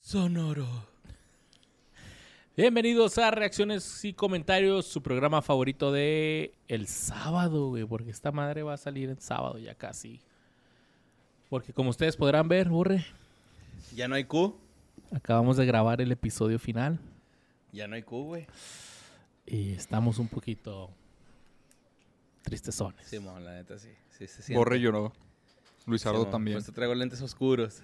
Sonoro. Bienvenidos a Reacciones y Comentarios, su programa favorito de el sábado, güey, porque esta madre va a salir el sábado ya casi. Porque como ustedes podrán ver, Borre, Ya no hay Q. acabamos de grabar el episodio final Ya no hay Q, güey. y estamos un poquito tristezones. Sí, mon, la neta sí. sí se siente. Borre lloró. Luisardo Sí, mon, también. Por eso traigo lentes oscuros.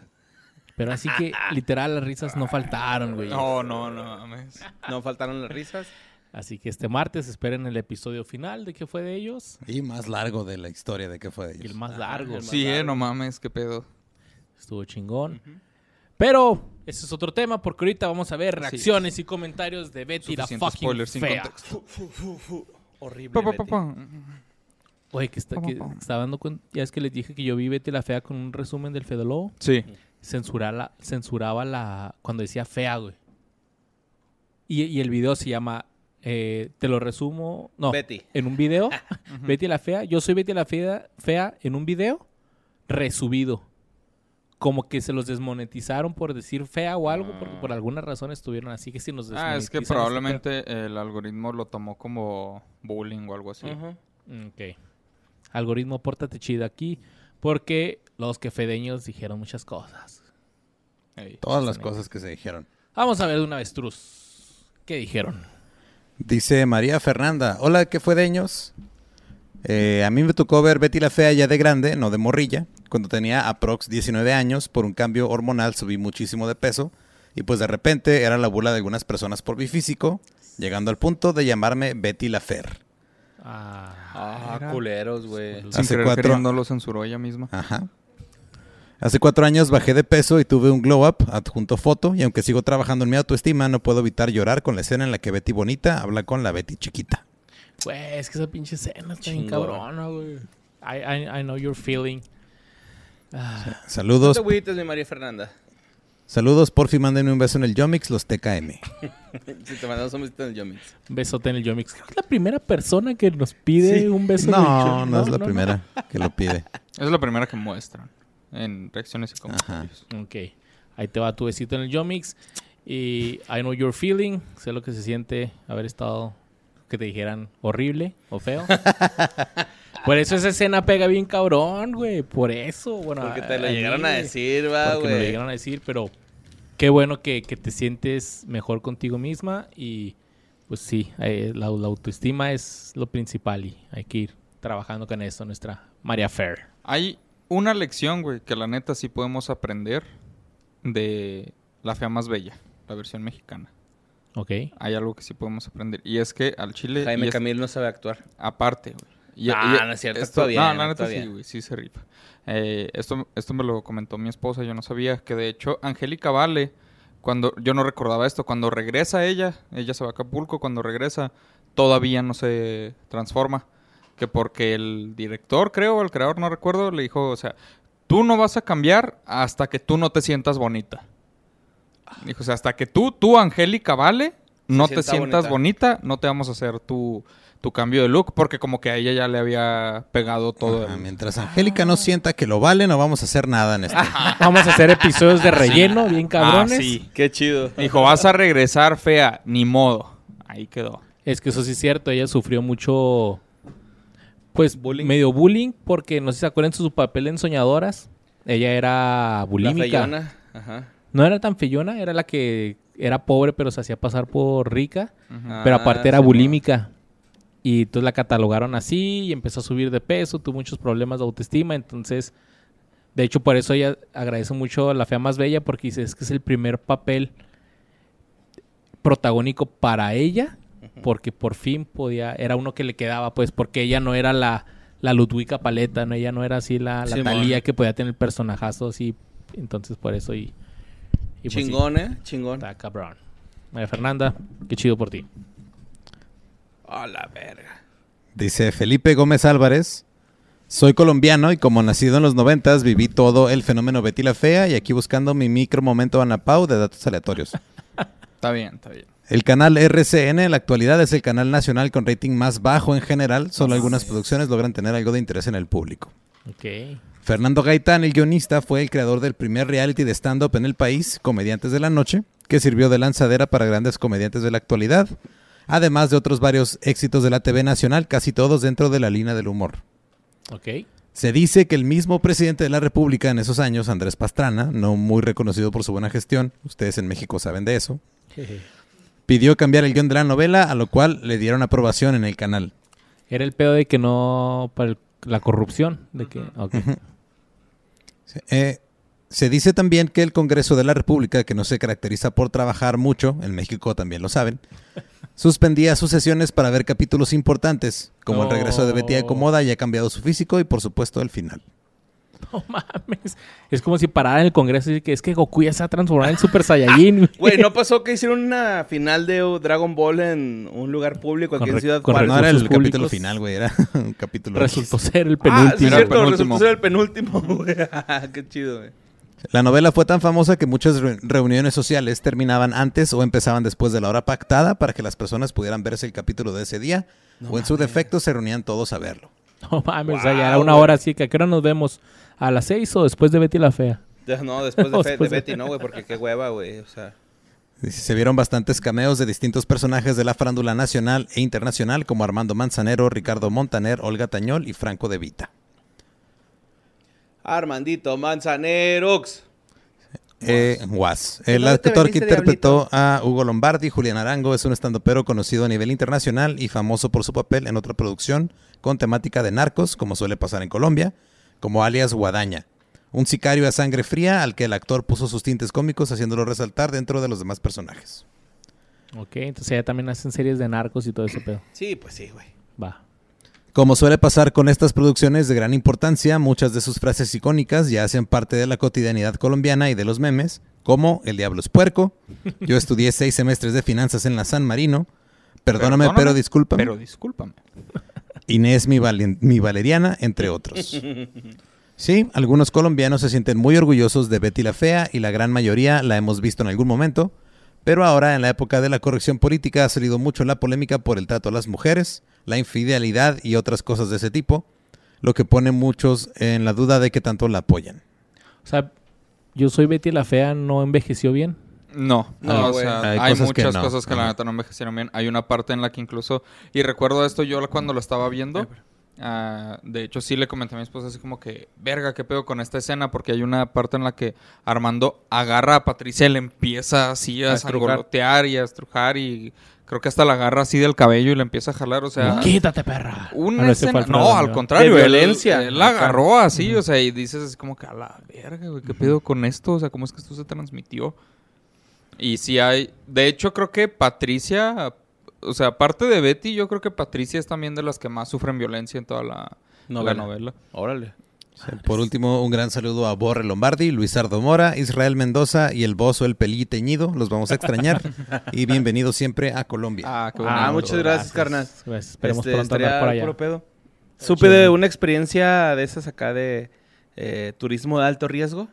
Pero así que literal las risas no faltaron, güey. No, pues, eh, no, no mames. No faltaron las risas. Así que este martes esperen el episodio final de qué fue de ellos Y más largo de la historia de que fue de y el ellos. más Ah, largo. el más Sí, eh, no mames, qué pedo. Estuvo chingón. Pero ese es otro tema porque ahorita vamos a ver reacciones y comentarios de Betty la Suficiente fucking spoiler sin fea. contexto. Horrible. Pa, pa, pa, Betty. pa. Oye, que está, que estaba dando cuenta, ya es que les dije que yo vi Betty la fea con un resumen del Fedolobo. Sí. Censuraba, censuraba la cuando decía fea, güey. Y, y el video se llama eh, te lo resumo, no, Betty. en un video, Betty la fea, yo soy Betty la fea, fea en un video resubido. Como que se los desmonetizaron por decir fea o algo, porque por alguna razón estuvieron así que si nos Ah, es que desmonetizan, probablemente el algoritmo lo tomó como bullying o algo así. Ujú. Ok. Algoritmo, pórtate chido aquí. Porque los quefedeños dijeron muchas cosas. Ey. Todas las cosas que se dijeron. Vamos a ver de una avestruz. ¿Qué dijeron? Dice María Fernanda, hola, ¿qué fue de ellos? Eh, a mí me tocó ver Betty la Fea ya de grande, no de morrilla. Cuando tenía aprox 19 años, por un cambio hormonal subí muchísimo de peso. Y pues de repente era la burla de algunas personas por mi físico, llegando al punto de llamarme Betty la Fer. Ah, pues Ah, Era- culeros, güey. Sin Hace querer cuatro- queriendo lo censuró ella misma. Ajá. Hace cuatro años bajé de peso y tuve un glow up, adjunto foto, y aunque sigo trabajando en mi autoestima, no puedo evitar llorar con la escena en la que Betty Bonita habla con la Betty Chiquita. güey, es que esa pinche escena está bien Chingón. cabrona, güey. I, I, I know your feeling. Ah, No Saludos, te agüites, mi María Fernanda. saludos, porfi, mándenme un beso en el Yomix, los TKM. Si te mandamos un besito en el Yomix. un besote en el Yomix. Creo que es la primera persona que nos pide un beso en el No, Yomix. no es la primera que lo pide. Es la primera que muestran en reacciones y comentarios. Ok. Ahí te va tu besito en el Yomix. Y I know your feeling. Sé lo que se siente haber estado. Que te dijeran horrible o feo. Por eso esa escena pega bien cabrón, güey. Por eso. Bueno, Porque te lo mí, llegaron a güey. decir, va, Porque me lo güey. llegaron a decir, pero qué bueno que, que te sientes mejor contigo misma. Y pues sí, eh, la, la autoestima es lo principal. Y hay que ir trabajando con eso, nuestra María Fair. Hay una lección, güey, que la neta sí podemos aprender de La Fea Más Bella, la versión mexicana. Ok. Hay algo que sí podemos aprender. Y es que al chile... Jaime y es- Camil no sabe actuar. Aparte, güey. Ah, no es cierto, esto- actúa bien, No, la neta actúa sí, bien. güey, sí se rifa. Eh, esto, esto me lo comentó mi esposa, yo no sabía que de hecho Angélica Vale, cuando yo no recordaba esto, cuando regresa ella, ella se va a Acapulco, cuando regresa todavía no se transforma, que porque el director, creo, el creador, no recuerdo, le dijo, o sea, tú no vas a cambiar hasta que tú no te sientas bonita. Dijo, o sea, hasta que tú, tú, Angélica Vale, no te Ah. sienta sientas bonita. bonita. no te vamos a hacer tu, tu cambio de look, porque como que a ella ya le había pegado todo. Ajá, el- Ah, mientras Angélica no sienta que lo vale, no vamos a hacer nada en esto. Ah. Vamos a hacer episodios de relleno, bien cabrones. Ah, sí. Qué chido. Dijo, vas a regresar fea, ni modo. Ahí quedó. Es que eso sí es cierto, ella sufrió mucho, pues, medio bullying, porque no sé si se acuerdan de su papel en Soñadoras. Ella era La bulímica. feyona. Ajá. no era tan feyona, era la que era pobre, pero se hacía pasar por rica. Ujú. pero Ah, aparte era sí, mon. bulímica. Y entonces la catalogaron así y empezó a subir de peso, tuvo muchos problemas de autoestima. Entonces, de hecho, por eso ella agradece mucho a La Fea Más Bella porque dice, es que es el primer papel protagónico para ella, porque por fin podía, era uno que le quedaba, pues, porque ella no era la, la Ludwika Paleta, ¿no? Ella no era así la, la Sí, mon. Thalía que podía tener el personajazo así. Entonces, por eso y... y pues, sí, Chingón, eh. Chingón. está cabrón. María Fernanda, qué chido por ti. A la verga. Dice Felipe Gómez Álvarez. Soy colombiano y como nacido en los noventas viví todo el fenómeno Betty la Fea y aquí buscando mi micro momento Ana Pau de datos aleatorios. Está bien, está bien. El canal RCN en la actualidad es el canal nacional con rating más bajo en general. Solo algunas producciones logran tener algo de interés en el público. Ok. Fernando Gaitán, el guionista, fue el creador del primer reality de stand-up en el país, Comediantes de la Noche, que sirvió de lanzadera para grandes comediantes de la actualidad, además de otros varios éxitos de la TV nacional, casi todos dentro de la línea del humor. Ok. Se dice que el mismo presidente de la República en esos años, Andrés Pastrana, no muy reconocido por su buena gestión, ustedes en México saben de eso, pidió cambiar el guión de la novela, a lo cual le dieron aprobación en el canal. Era el pedo de que no. Para el- la corrupción. De que. ok. Eh, se dice también que el Congreso de la República, que no se caracteriza por trabajar mucho, en México también lo saben, suspendía sus sesiones para ver capítulos importantes, como el regreso de Betty No. Acomoda ya ha cambiado su físico y por supuesto el final. No Ah, mames. Es como si parara en el Congreso y decir que es que Goku ya se ha transformado en Super Saiyajin. Güey, ¿no pasó que hicieron una final de uh, Dragon Ball en un lugar público aquí Con en re- Ciudad con Juárez? no era el recursos capítulo públicos. final, güey, era un capítulo. Resultó ser el Ah, sí, es penúltimo. Era el cierto, penúltimo. resultó ser el penúltimo, güey. Ah, Qué chido, güey. La novela fue tan famosa que muchas re- reuniones sociales terminaban antes o empezaban después de la hora pactada para que las personas pudieran verse el capítulo de ese día o en su defecto se reunían todos a verlo. No mames, o sea, ya era Wow, una güey. hora así. ¿Que a qué hora nos vemos? ¿A las seis o después de Betty la Fea? Ya, No, después de, No, Fe- de después de- Betty, ¿no, güey? Porque qué hueva, güey. O sea, Dice, Se vieron bastantes cameos de distintos personajes de la farándula nacional e internacional como Armando Manzanero, Ricardo Montaner, Olga Tañol y Franco De Vita. Armandito Manzanerox. Eh, Guas. ¿De El dónde te actor que veniste, interpretó a Hugo Lombardi, Julián Arango, es un estandopero conocido a nivel internacional y famoso por su papel en otra producción con temática de narcos, como suele pasar en Colombia, como alias Guadaña. Un sicario a sangre fría al que el actor puso sus tintes cómicos haciéndolo resaltar dentro de los demás personajes. Ok, entonces ya también hacen series de narcos y todo ese pedo. Sí, pues sí, güey. Va. Como suele pasar con estas producciones de gran importancia, muchas de sus frases icónicas ya hacen parte de la cotidianidad colombiana y de los memes, como El diablo es puerco, yo estudié seis semestres de finanzas en la San Marino, perdóname, pero discúlpame, Pero discúlpame. Inés mi, valen- mi valeriana, entre otros. Sí, algunos colombianos se sienten muy orgullosos de Betty la Fea y la gran mayoría la hemos visto en algún momento, pero ahora en la época de la corrección política ha salido mucho la polémica por el trato a las mujeres, la infidelidad y otras cosas de ese tipo, lo que pone muchos en la duda de que tanto la apoyan. O sea, yo soy Betty la Fea, no envejeció bien. No, No, no, o güey. sea, Hay hay, cosas que muchas no. cosas que la Ajá. neta no envejecieron bien. Hay una parte en la que incluso, y recuerdo esto yo cuando lo estaba viendo, ah, de hecho sí le comenté a mi esposa así como que, verga, qué pedo con esta escena, porque hay una parte en la que Armando agarra a Patricia, y le empieza así a, A estrujar. sangolotear y a estrujar y creo que hasta la agarra así del cabello y le empieza a jalar, o sea... ¡Quítate, perra! Una Ah, no, ese fue Alfredo escena, no, al Adame. contrario, De él- violencia. Él, la agarró así, o sea, y dices así como que a la verga, güey, ¿qué pedo con esto? O sea, ¿cómo es que esto se transmitió? Y sí hay, de hecho creo que Patricia, o sea, aparte de Betty, yo creo que Patricia es también de las que más sufren violencia en toda la la novela. Novela. Órale. Por último, un gran saludo a Borre Lombardi, Luis Ardo Mora, Israel Mendoza y el bozo El Pelí Teñido. Los vamos a extrañar. y bienvenidos siempre a Colombia. Ah, qué Ah, bonito. muchas gracias, carnal. Pues, esperemos Este, pronto estaría andar por allá. puro pedo. Supe chido. de una experiencia de esas acá de eh, turismo de alto riesgo.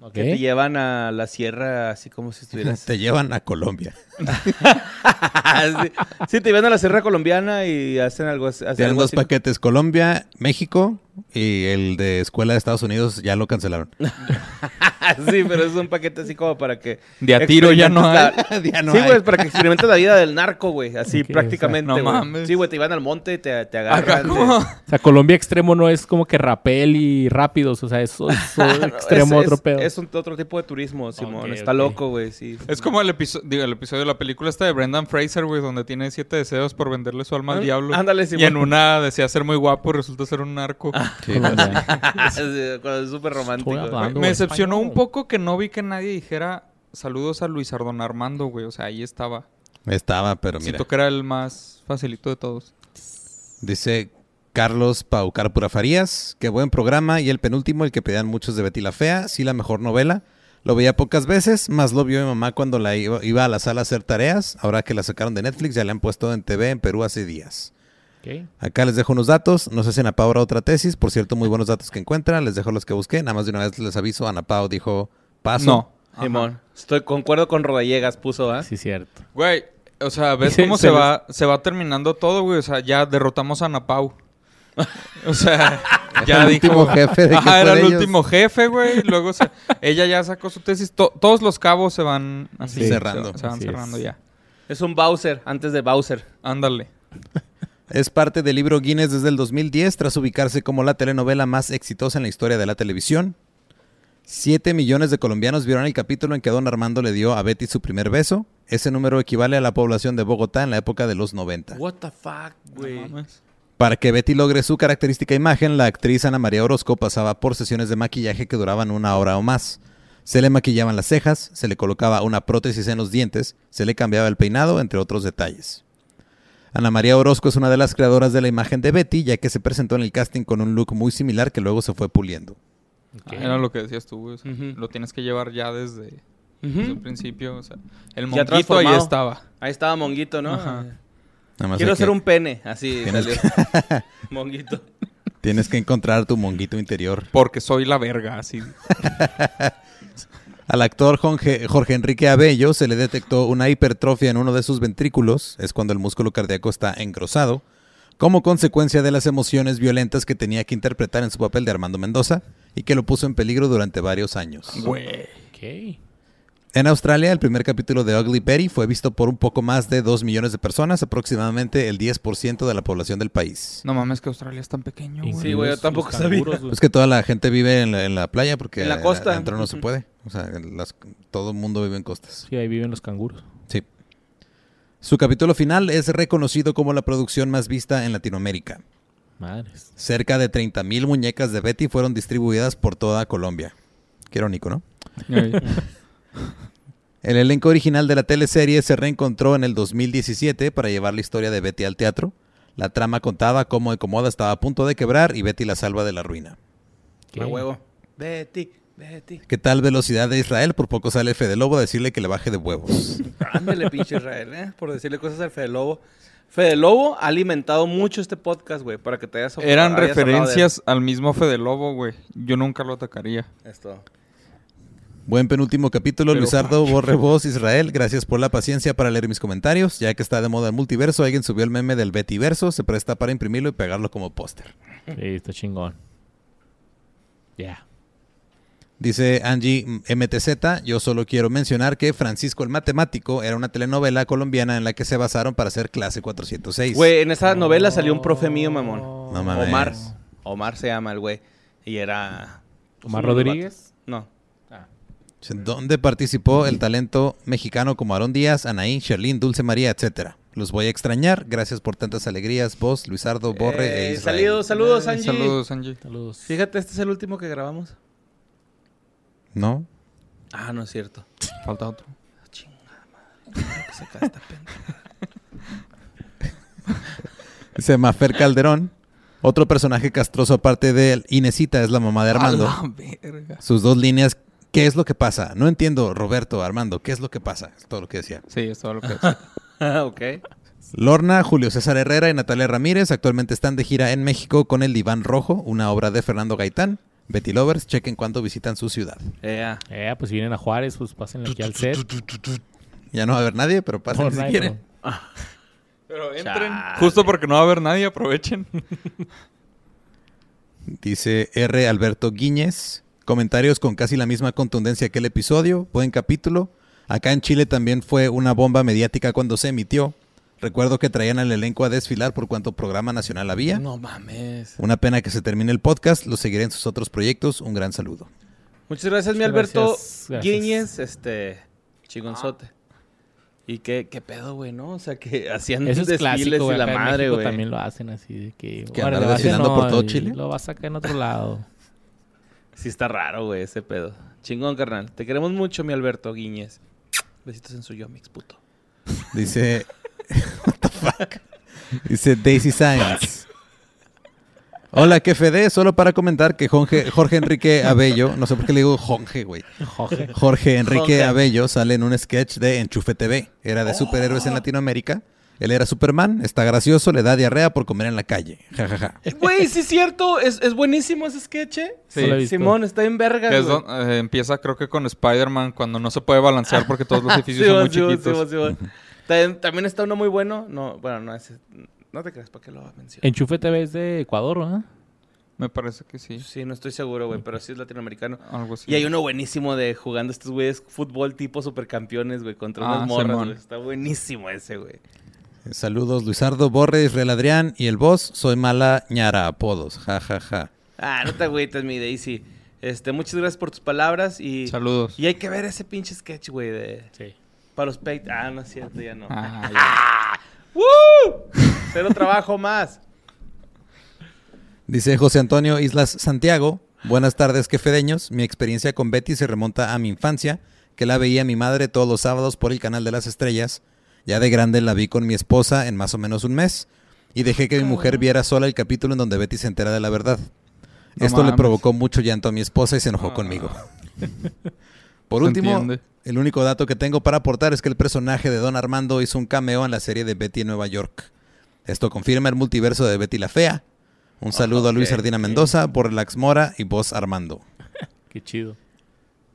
Ok. Que te llevan a la sierra así como si estuvieras... Te llevan a Colombia. Ah, sí, sí, te llevan a la sierra colombiana y hacen algo, así- hacen Te dan algo dos así. paquetes, Colombia, México y el de Escuela de Estados Unidos ya lo cancelaron. Ah, sí, pero es un paquete así como para que... De a tiro ya no hay. experimentes Ya no sí, hay. güey, es para que experimentes la vida del narco, güey. Así Ok, prácticamente, o sea, güey. no mames. Sí, güey, te iban al monte y te, te Acá agarran. como- de- O sea, Colombia extremo no es como que rapel y rápidos. O sea, es, es No, es- extremo es, otro pedo. Es un, otro tipo de turismo, Simón. Ok, Está ok. loco, güey, sí. Es como el episodio, digo, el episodio de la película esta de Brendan Fraser, güey, donde tiene siete deseos por venderle su alma al Ah, diablo. ándale, Y Simón. en una decía ser muy guapo y resulta ser un narco. Ah, Sí, Colombia. Ah, Sí, cuando es súper romántico. Estoy hablando. Me güey. decepcionó Español. un poco que no vi que nadie dijera saludos a Luis Ardón Armando, güey. O sea, ahí estaba. Estaba, pero Ah, mira. Siento que era el más facilito de todos. Dice Carlos Paucarpura Farías, qué buen programa y el penúltimo, el que pedían muchos de Betty la Fea, sí la mejor novela. Lo veía pocas veces, más lo vio mi mamá cuando la iba, iba a la sala a hacer tareas. Ahora que la sacaron de Netflix, ya la han puesto en TV en Perú hace días. Ok. Acá les dejo unos datos, nos hacen a Pau ahora otra tesis, por cierto, muy buenos datos que encuentran, les dejo los que busqué, nada más de una vez les aviso, Ana Pau dijo paso. No. Simón. Estoy concuerdo con Rodallegas, puso, ¿ah? Sí, cierto. Güey, o sea, ¿ves Sí, cómo se se, les- va, se va terminando todo, güey? O sea, ya derrotamos a Napau. O sea, ya el dijo. último jefe de que Ajá, fue era de el ellos. último jefe, güey. Luego se- ella ya sacó su tesis. To- todos los cabos se van así. Sí. Cerrando. Se, se van Así cerrando es. ya. Es un Bowser, antes de Bowser. Ándale. Es parte del libro Guinness desde el 2010 tras ubicarse como la telenovela más exitosa en la historia de la televisión. Siete millones de colombianos vieron el capítulo en que Don Armando le dio a Betty su primer beso. Ese número equivale a la población de Bogotá en la época de los 90. What the fuck, güey. No mames. Para que Betty logre su característica imagen, la actriz Ana María Orozco pasaba por sesiones de maquillaje que duraban una hora o más. Se le maquillaban las cejas, se le colocaba una prótesis en los dientes, se le cambiaba el peinado, entre otros detalles. Ana María Orozco es una de las creadoras de la imagen de Betty, ya que se presentó en el casting con un look muy similar que luego se fue puliendo. Ok. Ah, Era lo que decías tú, güey. o sea, Ujú. Lo tienes que llevar ya desde, Ujú. desde el principio. O sea, el Ya monquito ahí transformado. estaba. Ahí estaba Monguito, ¿no? Ajá. Nada más Quiero hay que- ser un pene, así Tienes salió. Monguito. Tienes que encontrar tu monguito interior. Porque soy la verga, así. Al actor Jorge, Jorge Enrique Abello se le detectó una hipertrofia en uno de sus ventrículos, es cuando el músculo cardíaco está engrosado, como consecuencia de las emociones violentas que tenía que interpretar en su papel de Armando Mendoza y que lo puso en peligro durante varios años. Güey. Ok. En Australia, el primer capítulo de Ugly Betty fue visto por un poco más de 2 millones de personas, aproximadamente el 10% de la población del país. No mames que Australia es tan pequeño, güey. Sí, güey, yo Incluidos tampoco los sabía. canguros, güey. Es que toda la gente vive en la, en la playa porque En la costa. adentro no se puede. O sea, las- todo el mundo vive en costas. Sí, ahí viven los canguros. Sí. Su capítulo final es reconocido como la producción más vista en Latinoamérica. Madres. Cerca de 30.000 muñecas de Betty fueron distribuidas por toda Colombia. Qué irónico, ¿no? El elenco original de la teleserie se reencontró en el 2017 para llevar la historia de Betty al teatro. La trama contaba cómo Ecomoda estaba a punto de quebrar y Betty la salva de la ruina. Ok. A huevo. Betty, Betty. ¿Qué tal velocidad de Israel? Por poco sale Fede Lobo a decirle que le baje de huevos. Ándale, pinche Israel, ¿eh? Por decirle cosas al Fede Lobo. Fede Lobo ha alimentado mucho este podcast, güey, para que te hayas Eran hayas hablado de él. referencias al mismo Fede Lobo, güey. Yo nunca lo atacaría. Es todo. Buen penúltimo capítulo, Pero- Luisardo, Borre Voz, Israel. Gracias por la paciencia para leer mis comentarios. Ya que está de moda el multiverso, alguien subió el meme del Bettyverso. Se presta para imprimirlo y pegarlo como póster. Sí, está chingón. Ya. Dice Angie MTZ, yo solo quiero mencionar que Francisco el Matemático era una telenovela colombiana en la que se basaron para hacer clase 406. Güey, en esa novela salió un profe mío, mamón. No mames. Omar. Omar se llama el güey. Y era. Omar uno de los Rodríguez. vatos. No. Donde participó el talento mexicano como Aarón Díaz, Anaí, Sherlyn, Dulce María, etcétera. Los voy a extrañar. Gracias por tantas alegrías, vos, Luisardo, Borre Eh, e Israel. salido- saludos, Angie. Saludos, Angie. Saludos. Fíjate, este es el último que grabamos. ¿No? Ah, no es cierto. Falta otro. Que se cae esta pendeja. Dice Mafer Calderón. Otro personaje castroso aparte de él, Inesita es la mamá de Armando. A la verga. Sus dos líneas, ¿qué es lo que pasa? No entiendo, Roberto, Armando, ¿qué es lo que pasa? Es todo lo que decía. Sí, es todo lo que es. Ah, ok. Lorna, Julio César Herrera y Natalia Ramírez actualmente están de gira en México con El Diván Rojo, una obra de Fernando Gaitán. Betty Lovers, chequen cuando visitan su ciudad. Eh, ah. Eh, pues si vienen a Juárez, pues pasen aquí al set. Ya no va a haber nadie, pero pasen Por si ahí, quieren. Pero entren. Justo porque no va a haber nadie, aprovechen. Dice R. Alberto Guíñez. Comentarios con casi la misma contundencia que el episodio. Buen capítulo. Acá en Chile también fue una bomba mediática cuando se emitió. Recuerdo que traían al elenco a desfilar por cuanto programa nacional había. No mames. Una pena que se termine el podcast. Lo seguiré en sus otros proyectos. Un gran saludo. Muchas gracias, mi Muchas Alberto gracias, gracias. Guiñez, este chingonzote. ¿Y qué, qué pedo, güey, no? O sea, que hacían Eso es desfiles clásico, y güey. la acá en madre, México güey. También lo hacen así de que... ¿Que órale, andar vas a- desfilando por todo y Chile? Lo vas a sacar en otro lado. Sí está raro, güey, ese pedo. Chingón, carnal. Te queremos mucho, mi Alberto Guiñez. Besitos en su Yomix, puto. Dice. What the fuck? Dice Daisy Sainz. Hola, que FD. Solo para comentar que Jorge, Jorge Enrique Abello. No sé por qué le digo Jorge, güey. Jorge. Jorge Enrique Jorge. Abello sale en un sketch de Enchufe TV. Era de superhéroes en Latinoamérica. Él era Superman, está gracioso, le da diarrea por comer en la calle. Ja, ja, ja. Eh, Güey, sí es cierto. Es, es buenísimo ese sketch. eh. Sí. Lo he visto. Simón, está en verga, güey. Que es don- eh, empieza creo que con Spider-Man cuando no se puede balancear porque todos los Sí, edificios va, son muy sí, va, sí, chiquitos. va, sí, va. También, también está uno muy bueno. No, bueno, no, ese, no te creas, ¿para qué lo mencionas? Enchufe TV es de Ecuador, ¿no? Me parece que sí. Sí, no estoy seguro, güey, pero sí es latinoamericano. Algo así. Y hay uno buenísimo de jugando estos güeyes fútbol tipo supercampeones, güey, contra Ah, unas morras, Simón. güey. Está buenísimo ese, güey. Eh, Saludos, Luisardo, Borre, Israel Adrián y el boss. Soy mala ñara, apodos. Ja, ja, ja. Ah, no te agüites, mi Daisy. Este, muchas gracias por tus palabras y... Saludos. Y hay que ver ese pinche sketch, güey, de... Sí. Para los peit... Ah, no es cierto, ya no. Ah, ya. ¡Woo! Cero trabajo más. Dice José Antonio Islas Santiago. Buenas tardes, quefedeños. Mi experiencia con Betty se remonta a mi infancia, que la veía mi madre todos los sábados por el canal de las estrellas. Ya de grande la vi con mi esposa en más o menos un mes y dejé que mi mujer viera sola el capítulo en donde Betty se entera de la verdad. No Esto le mames. provocó mucho llanto a mi esposa y se enojó Ah. conmigo. Por Se último, entiende. el único dato que tengo para aportar es que el personaje de Don Armando hizo un cameo en la serie de Betty en Nueva York. Esto confirma el multiverso de Betty la Fea. Un saludo a Luis ok, Ardina Mendoza, Borrelax Mora y vos Armando. Qué chido.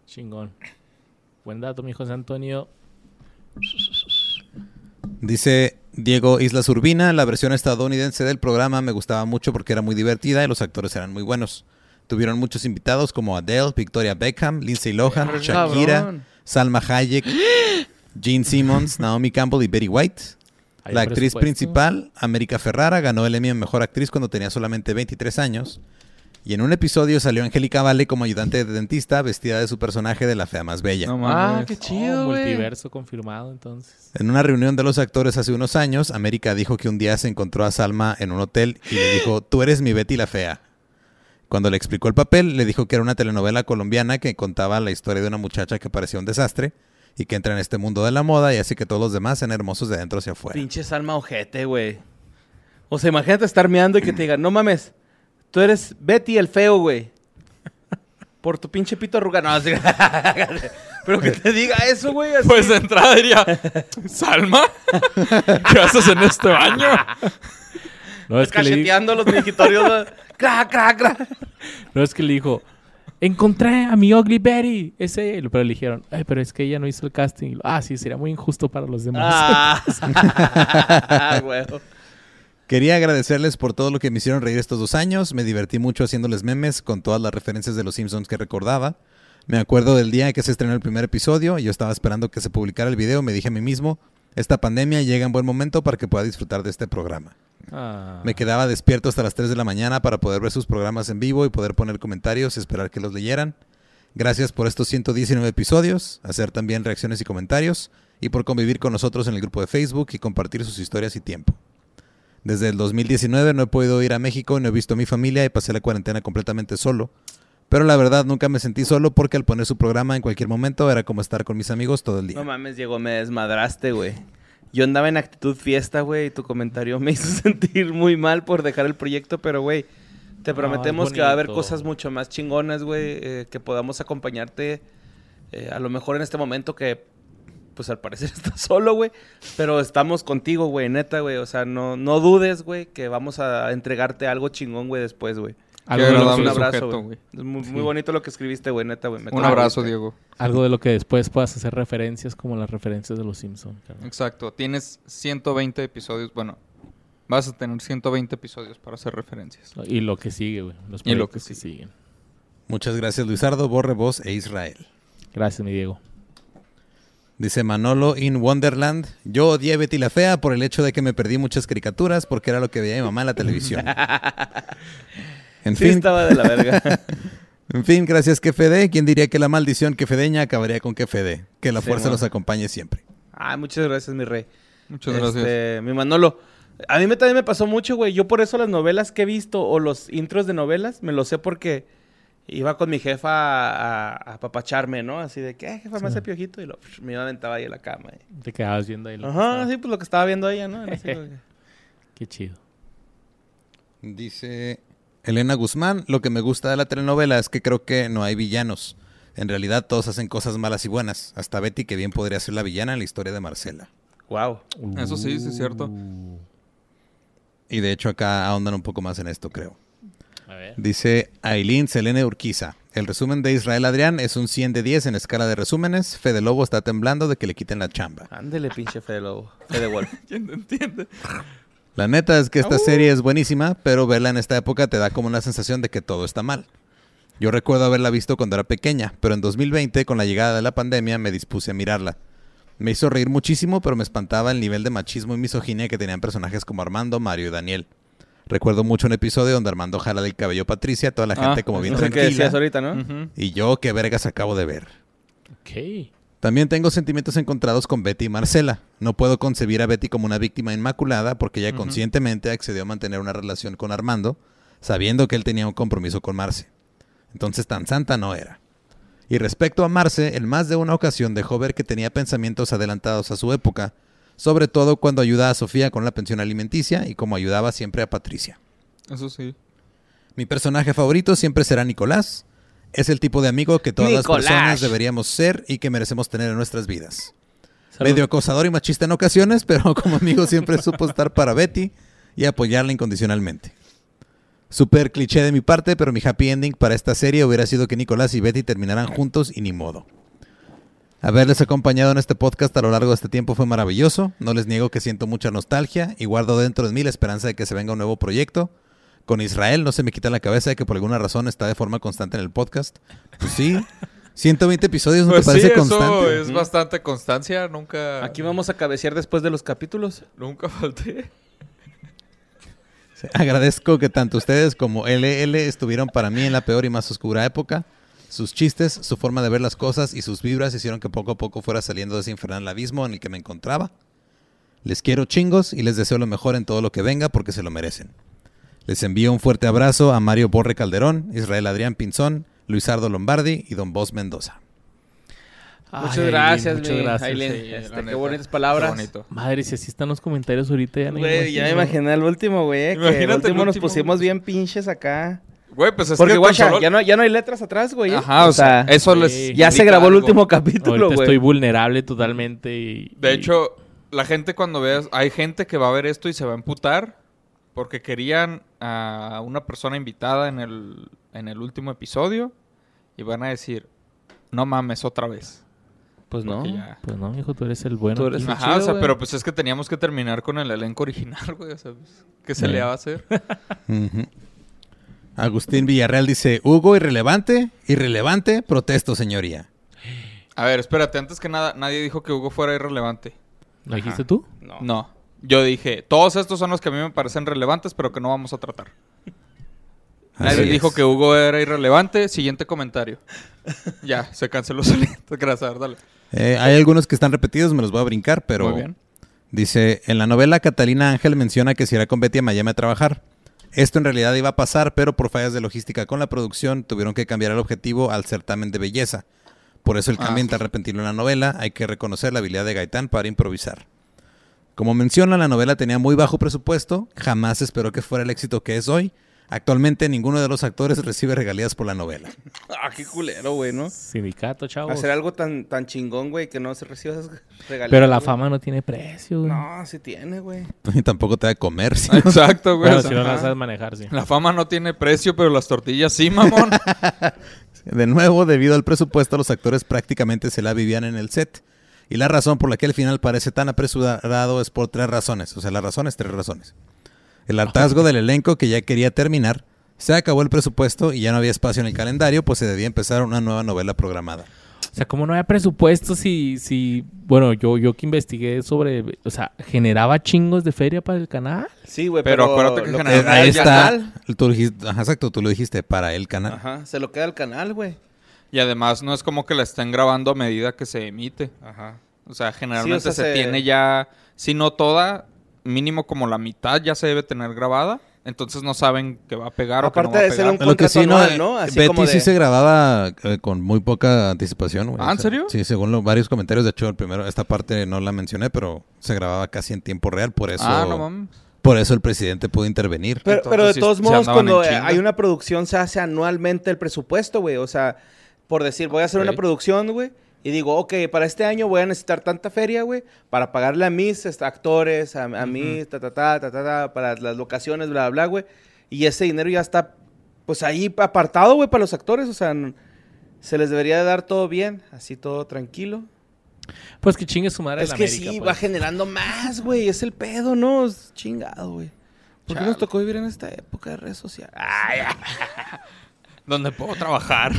Chingón. Buen dato, mi José Antonio. Dice Diego Islas Urbina, la versión estadounidense del programa me gustaba mucho porque era muy divertida y los actores eran muy buenos. Tuvieron muchos invitados como Adele, Victoria Beckham, Lindsay Lohan, Shakira, Cabrón. Salma Hayek, Gene Simmons, Naomi Campbell y Betty White. Hay La actriz presupuesto. principal, América Ferrara, ganó el Emmy a Mejor Actriz cuando tenía solamente 23 años. Y en un episodio salió Angélica Vale como ayudante de dentista vestida de su personaje de la fea más bella. No Ah, mames. Oh, multiverso confirmado, entonces. En una reunión de los actores hace unos años, América dijo que un día se encontró a Salma en un hotel y le dijo, tú eres mi Betty la fea. Cuando le explicó el papel, le dijo que era una telenovela colombiana que contaba la historia de una muchacha que parecía un desastre y que entra en este mundo de la moda y hace que todos los demás sean hermosos de adentro hacia afuera. Pinche Salma ojete, güey. O sea, imagínate estar meando y que te digan, no mames, tú eres Betty el feo, güey. Por tu pinche pito arruga. No, así- Pero que te diga eso, güey. así. Pues de entrada diría, ¿Salma? ¿Qué haces en este baño? No es, que le, di- Pues, cacheteando los mijitorios. ¿no? ¡Cra, cra, cra! no es que le dijo, encontré a mi Ugly Betty. Ese, pero le dijeron, ay, pero es que ella no hizo el casting. Y lo- Ah, sí, sería muy injusto para los demás. Ah, güey. Quería agradecerles por todo lo que me hicieron reír estos dos años. Me divertí mucho haciéndoles memes con todas las referencias de los Simpsons que recordaba. Me acuerdo del día que se estrenó el primer episodio. Yo estaba esperando que se publicara el video. Me dije a mí mismo, esta pandemia llega en buen momento para que pueda disfrutar de este programa. Ah. Me quedaba despierto hasta las 3 de la mañana para poder ver sus programas en vivo y poder poner comentarios y esperar que los leyeran. Gracias por estos 119 episodios, hacer también reacciones y comentarios y por convivir con nosotros en el grupo de Facebook y compartir sus historias y tiempo. Desde el 2019 no he podido ir a México, no he visto a mi familia y pasé la cuarentena completamente solo. Pero la verdad nunca me sentí solo porque al poner su programa en cualquier momento era como estar con mis amigos todo el día. No mames, Diego, me desmadraste, güey. Yo andaba en actitud fiesta, güey, y tu comentario me hizo sentir muy mal por dejar el proyecto, pero, güey, te No, prometemos es que va a haber bonito. cosas mucho más chingonas, güey, eh, que podamos acompañarte, eh, a lo mejor en este momento que, pues al parecer estás solo, güey, pero estamos contigo, güey, neta, güey, o sea, no, no dudes, güey, que vamos a entregarte algo chingón, güey, después, güey. algo, Qué de lo agradable. Un que, abrazo, sujeto, güey. Es Muy, muy bonito lo que escribiste, güey, neta, güey. me Un tocó, abrazo, güey. Diego. algo de lo que después puedas hacer referencias como las referencias de los Simpsons. Exacto. Tienes 120 episodios. Bueno, vas a tener 120 episodios para hacer referencias. Y lo que sigue, güey. Los Y lo que proyectos que siguen. Muchas gracias Luisardo, Borre, Vos e Israel. Gracias, mi Diego. Dice Manolo in Wonderland. Yo odié Betty la Fea por el hecho de que me perdí muchas caricaturas porque era lo que veía mi mamá en la televisión. En Sí, fin, estaba de la verga. en fin, gracias que Fede. ¿Quién diría que la maldición que Fedeña acabaría con que Fede? Que la Sí, fuerza bueno. los acompañe siempre. Ah, muchas gracias, mi rey. Muchas Este, gracias. Mi Manolo. A mí me, también me pasó mucho, güey. Yo por eso las novelas que he visto o los intros de novelas, me lo sé porque iba con mi jefa a, a- a papacharme, ¿no? Así de que, "Ay, jefa, me hace piojito. Y lo, psh, me iba aventaba ahí en la cama. eh. Te quedabas viendo ahí. lo que Ajá, estaba. sí, pues lo que estaba viendo ella, ¿no? Era así como que- Qué chido. Dice Elena Guzmán. Lo que me gusta de la telenovela es que creo que no hay villanos. En realidad todos hacen cosas malas y buenas. Hasta Betty, que bien podría ser la villana en la historia de Marcela. Wow. Eso sí, sí es cierto. Uh. Y de hecho acá ahondan un poco más en esto, creo. A ver. Dice Aileen Selene Urquiza. El resumen de Israel Adrián es un 100 de 10 en escala de resúmenes. Fede Lobo está temblando de que le quiten la chamba. Ándele, pinche Fede Lobo. Fede Wolf. ¿Quién te entiende? La neta es que esta serie es buenísima, pero verla en esta época te da como una sensación de que todo está mal. Yo recuerdo haberla visto cuando era pequeña, pero en 2020, con la llegada de la pandemia, me dispuse a mirarla. Me hizo reír muchísimo, pero me espantaba el nivel de machismo y misoginia que tenían personajes como Armando, Mario y Daniel. Recuerdo mucho un episodio donde Armando jala del cabello a Patricia, toda la Ah, gente como bien No sé qué tranquila. decías ahorita, ¿no? ¿eh? Ujú. Y yo, qué vergas acabo de ver. Ok. También tengo sentimientos encontrados con Betty y Marcela. No puedo concebir a Betty como una víctima inmaculada porque ella conscientemente accedió a mantener una relación con Armando, sabiendo que él tenía un compromiso con Marce. Entonces tan santa no era. Y respecto a Marce, en más de una ocasión dejó ver que tenía pensamientos adelantados a su época, sobre todo cuando ayudaba a Sofía con la pensión alimenticia y como ayudaba siempre a Patricia. Eso sí. Mi personaje favorito siempre será Nicolás. Es el tipo de amigo que todas Nicolás. las personas deberíamos ser y que merecemos tener en nuestras vidas. Salud. Medio acosador y machista en ocasiones, pero como amigo siempre supo estar para Betty y apoyarla incondicionalmente. Super cliché de mi parte, pero mi happy ending para esta serie hubiera sido que Nicolás y Betty terminaran juntos y ni modo. Haberles acompañado en este podcast a lo largo de este tiempo fue maravilloso. No les niego que siento mucha nostalgia y guardo dentro de mí la esperanza de que se venga un nuevo proyecto. Con Israel no se me quita la cabeza de que por alguna razón está de forma constante en el podcast. Pues sí, 120 episodios no Pues te sí, parece eso constante. es bastante constancia. Nunca. Aquí vamos a cabecear después de los capítulos. Nunca falté. Agradezco que tanto ustedes como LL estuvieron para mí en la peor y más oscura época. Sus chistes, su forma de ver las cosas y sus vibras hicieron que poco a poco fuera saliendo de ese infernal abismo en el que me encontraba. Les quiero chingos y les deseo lo mejor en todo lo que venga porque se lo merecen. Les envío un fuerte abrazo a Mario Borre Calderón, Israel Adrián Pinzón, Luisardo Lombardi y Don Bos Mendoza. Muchas Ay, gracias, Aileen, mi muchas gracias. Aileen. sí, la Este, qué neta. bonitas Qué palabras. bonito. Madre, si así están los comentarios ahorita, ya, no Güey, ya me imaginé el último, güey. eh, Que el Imagínate el último nos último, pusimos güey. bien pinches acá. Güey, pues es Porque, que guacha, Consolol- ya no, ya no hay letras atrás, güey. eh. Ajá, o, sea, eso les ya se indica grabó el algo. último capítulo, Ahorita güey. estoy vulnerable totalmente y... De y- hecho, la gente cuando veas, hay gente que va a ver esto y se va a emputar porque querían a una persona invitada en el, en el último episodio y van a decir, no mames otra vez. Pues no. Porque ya- Pues no, mijo, tú eres el bueno. Tú eres- Eso es Ajá, o chido, sea, güey. pero pues es que teníamos que terminar con el elenco original, güey. O sea, pues, ¿qué se Sí. le va a hacer? Ujú. Agustín Villarreal dice, Hugo, irrelevante, irrelevante, protesto, señoría. A ver, espérate, antes que nada, nadie dijo que Hugo fuera irrelevante. ¿Lo dijiste tú? No. No. Yo dije, todos estos son los que a mí me parecen relevantes, pero que no vamos a tratar. Así Nadie dijo es. que Hugo era irrelevante. Siguiente comentario. ya, se canceló solito. Gracias, a ver, dale. Eh, hay algunos que están repetidos, me los voy a brincar, pero Muy bien. dice, en la novela Catalina Ángel menciona que se irá con Betty a Miami a trabajar. Esto en realidad iba a pasar, pero por fallas de logística con la producción tuvieron que cambiar el objetivo al certamen de belleza. Por eso el Ah, cambio sí. tan repentino en la novela, hay que reconocer la habilidad de Gaitán para improvisar. Como menciona, la novela tenía muy bajo presupuesto, jamás esperó que fuera el éxito que es hoy. Actualmente ninguno de los actores recibe regalías por la novela. Ah, qué culero, güey, ¿no? Sindicato, chavos. Hacer algo tan, tan chingón, güey, que no se reciba esas regalías. Pero la güey. fama no tiene precio, güey. No, sí tiene, güey. Y tampoco te da a comer. ¿sí? Exacto, güey. Bueno, O sea, si no la ajá. sabes manejar, sí. La fama no tiene precio, pero las tortillas sí, mamón. De nuevo, debido al presupuesto, los actores prácticamente se la vivían en el set. Y la razón por la que el final parece tan apresurado es por tres razones. O sea, las razones, tres razones. El hartazgo del elenco que ya quería terminar, se acabó el presupuesto y ya no había espacio en el calendario, pues se debía empezar una nueva novela programada. O sea, como no había presupuesto, si, si, bueno, yo, yo que investigué sobre, o sea, generaba chingos de feria para el canal. Sí, güey, Pero pero... acuérdate que lo general- Eh, ahí ya está. está. Tú dijiste- ajá, exacto, tú lo dijiste, para el canal. Ajá, se lo queda al canal, güey. y además no es como que la estén grabando a medida que se emite. Ajá. O sea, generalmente sea, se, se- tiene ya, si no toda, mínimo como la mitad ya se debe tener grabada. Entonces no saben que va a pegar o que Aparte no va a de ser pegar. Ah, un- Lo que sí, no, contrato anual, ¿no? Así Betty como sí de- se grababa eh, con muy poca anticipación. güey. Ah, ¿en O sea, serio? Sí, según lo- varios comentarios. De hecho, el primero, esta parte no la mencioné, pero se grababa casi en tiempo real. Por eso, Ah, no mames. por eso el presidente pudo intervenir. Pero, Entonces, pero de sí, todos se modos, andaban cuando en eh, chinga. hay una producción, se hace anualmente el presupuesto, güey. O sea, por decir, voy a hacer Ok. una producción, güey. Y digo, ok, para este año voy a necesitar tanta feria, güey, para pagarle a mis este, actores, a, a mí, ta, ta, ta, ta, ta, ta, para las locaciones, bla, bla, bla, güey. Y ese dinero ya está, pues ahí pa- apartado, güey, para los actores. O sea, n- se les debería dar todo bien, así todo tranquilo. Pues que chingue su madre Es la que América, sí, pues. va generando más, güey. Es el pedo, ¿no? Es chingado, güey. ¿Por qué nos Chale. tocó vivir en esta época de redes sociales? Ah, Ay, Donde puedo trabajar.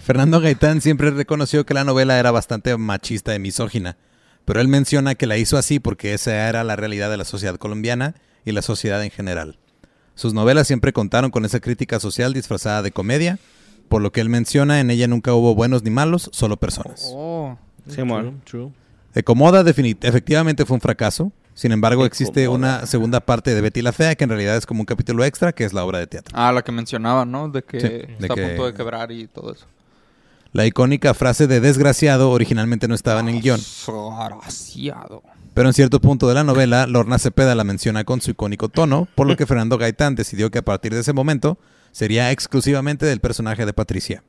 Fernando Gaitán siempre reconoció que la novela era bastante machista y misógina, pero él menciona que la hizo así porque esa era la realidad de la sociedad colombiana y la sociedad en general. Sus novelas siempre contaron con esa crítica social disfrazada de comedia, por lo que él menciona en ella nunca hubo buenos ni malos, solo personas. Oh. Simón. Mm, True, true. Ecomoda definit- Eh, efectivamente fue un fracaso, sin embargo existe Ecomoda. una segunda parte de Betty la Fea que en realidad es como un capítulo extra que es la obra de teatro. Ah, la que mencionaba, ¿no? De que Sí, de está que- a punto de quebrar y todo eso. La icónica frase de desgraciado originalmente no estaba en el guión. Desgraciado. Pero en cierto punto de la novela, Lorna Cepeda la menciona con su icónico tono, por lo que Fernando Gaitán decidió que a partir de ese momento sería exclusivamente del personaje de Patricia.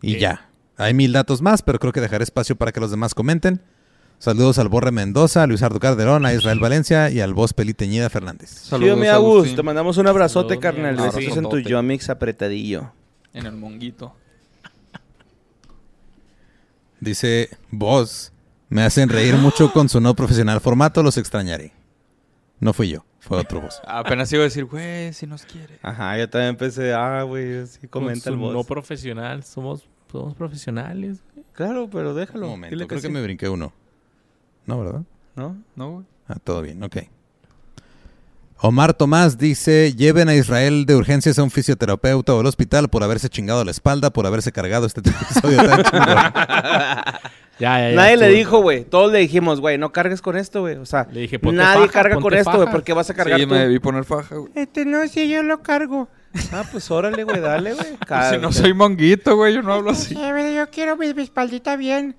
Y Ok. ya. Hay mil datos más, pero creo que dejaré espacio para que los demás comenten. Saludos al Borre Mendoza, a Luisardo Calderón, a Israel Valencia y al voz Peli Teñida Fernández. Saludos, sí, mi Agustín. Agus, te mandamos un abrazote, Saludos, mi carnal. Agus. Besos en tu Abrazotote. Yomix apretadillo. En el monguito. Dice, vos, me hacen reír mucho con su no profesional formato, los extrañaré. No fui yo, fue otro voz. Apenas iba a decir, güey, si nos quiere. Ajá, yo también empecé, ah, güey, así Con comenta su el voz. No profesional, somos, somos profesionales. Claro, pero Un déjalo. momento, dile creo que sí. me brinqué uno. No, ¿verdad? ¿No? ¿No, güey? Ah, todo bien, ok. Omar Tomás dice, lleven a Israel de urgencias a un fisioterapeuta o al hospital por haberse chingado la espalda, por haberse cargado este episodio tan chingón". Ya, ya, ya, Nadie le estuvo. dijo, güey. Todos le dijimos, güey, no cargues con esto, güey. O sea, Le dije, ponte nadie faja, carga ponte con esto, faja. güey, porque vas a cargar Sí, tú. me debí poner faja, güey. Este no, si yo lo cargo. Ah, pues órale, güey, dale, güey. Si no soy monguito, güey, yo no hablo así. yo quiero mi, espaldita bien.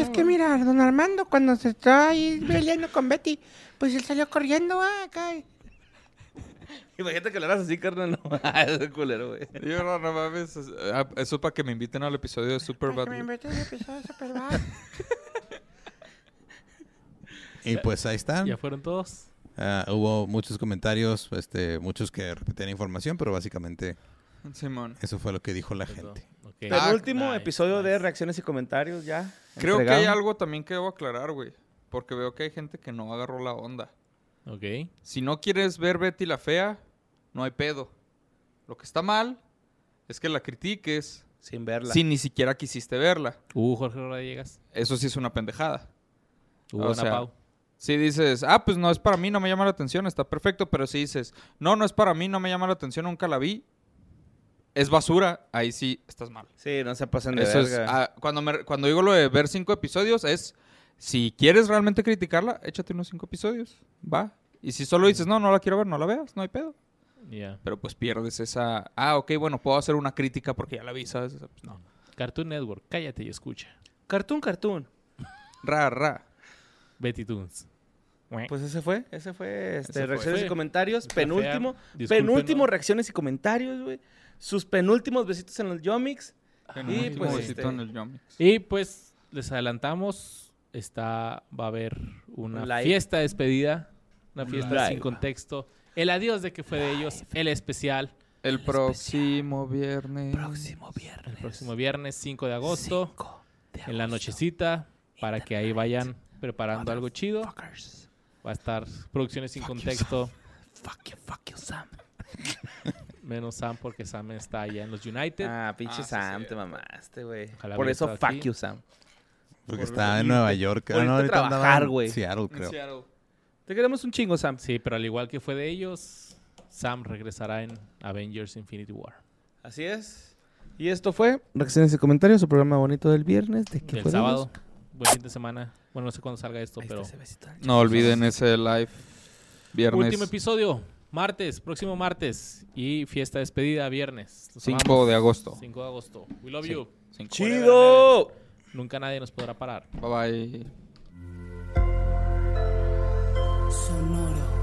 Es que mira, don Armando, cuando se está ahí peleando con Betty, pues él salió corriendo, ah, acá. Imagínate que lo hagas así, carnal. No, es culero, güey. Yo no, no mames. es- ah, Eso es para que me inviten al episodio de Superbad. Para que me güey. inviten al episodio de Superbad. y pues ahí están. Ya fueron todos. Ah, hubo muchos comentarios, este, muchos que repetían información, pero básicamente Simón. eso fue lo que dijo la gente. Ok. El último Ah, Nice, episodio nice. de reacciones y comentarios ya. Creo que entregado. hay algo también que debo aclarar, güey. Porque veo que hay gente que no agarró la onda. Ok. Si no quieres ver Betty la Fea, no hay pedo. Lo que está mal es que la critiques Sin verla. si ni siquiera quisiste verla. Uh, Jorge Rodríguez. Eso sí es una pendejada. Uh, O Ana sea, Pau. Si dices, ah, pues no es para mí, no me llama la atención, está perfecto. Pero si dices, no, no es para mí, no me llama la atención, nunca la vi, es basura, ahí sí estás mal. Sí, no se pasen de Eso es, verga. ah, cuando, me- cuando digo lo de ver cinco episodios, es si quieres realmente criticarla, échate unos cinco episodios. Va. Y si solo dices, no, no la quiero ver, no la veas, no hay pedo. Ya. Pero pues pierdes esa. Ah, ok, bueno, puedo hacer una crítica porque ya la vi, ¿sabes? O sea, pues, no. Cartoon Network, cállate y escucha. Cartoon, cartoon. Ra, ra. Betty Toons. Pues ese fue, ese fue este, Ese fue. reacciones Fue. y comentarios, Está fea. penúltimo, Disculpen, penúltimo ¿no? reacciones y comentarios, güey. Sus penúltimos besitos en los Yomix. Y pues, este- en el Yomix. Y pues les adelantamos, está va a haber una Un live. fiesta de despedida, una Un fiesta live. sin contexto, el adiós de que fue de ellos, el especial El próximo viernes. el próximo viernes 5 de agosto, en la nochecita para que ahí vayan preparando algo chido. Va a estar producciones sin contexto. Sam. Menos Sam porque Sam está allá en los United. Ah, pinche Ah, sí, Sam, sí. te mamaste, güey. Ojalá Por hubiera eso, estado fuck aquí. you, Sam. Porque Por está venir, en Nueva York. Ah, por irte a ahorita andaba trabajar, en güey. Seattle, creo. En Seattle. Te queremos un chingo, Sam. Sí, pero al igual que fue de ellos, Sam regresará en Avengers Infinity War. Así es. Y esto fue reacciones y comentarios, su programa bonito del viernes. ¿De qué El fue de sábado, ellos? buen fin de semana. Bueno, no sé cuándo salga esto, Ahí está pero... ese besito en el No olviden ese live. Viernes. Último episodio, martes, próximo martes. Y fiesta de despedida, viernes. Los 5 amamos. de agosto. 5 de agosto. We love Sí. you. Cinco. ¡Chido! Nunca nadie nos podrá parar. Bye bye. Sonoro.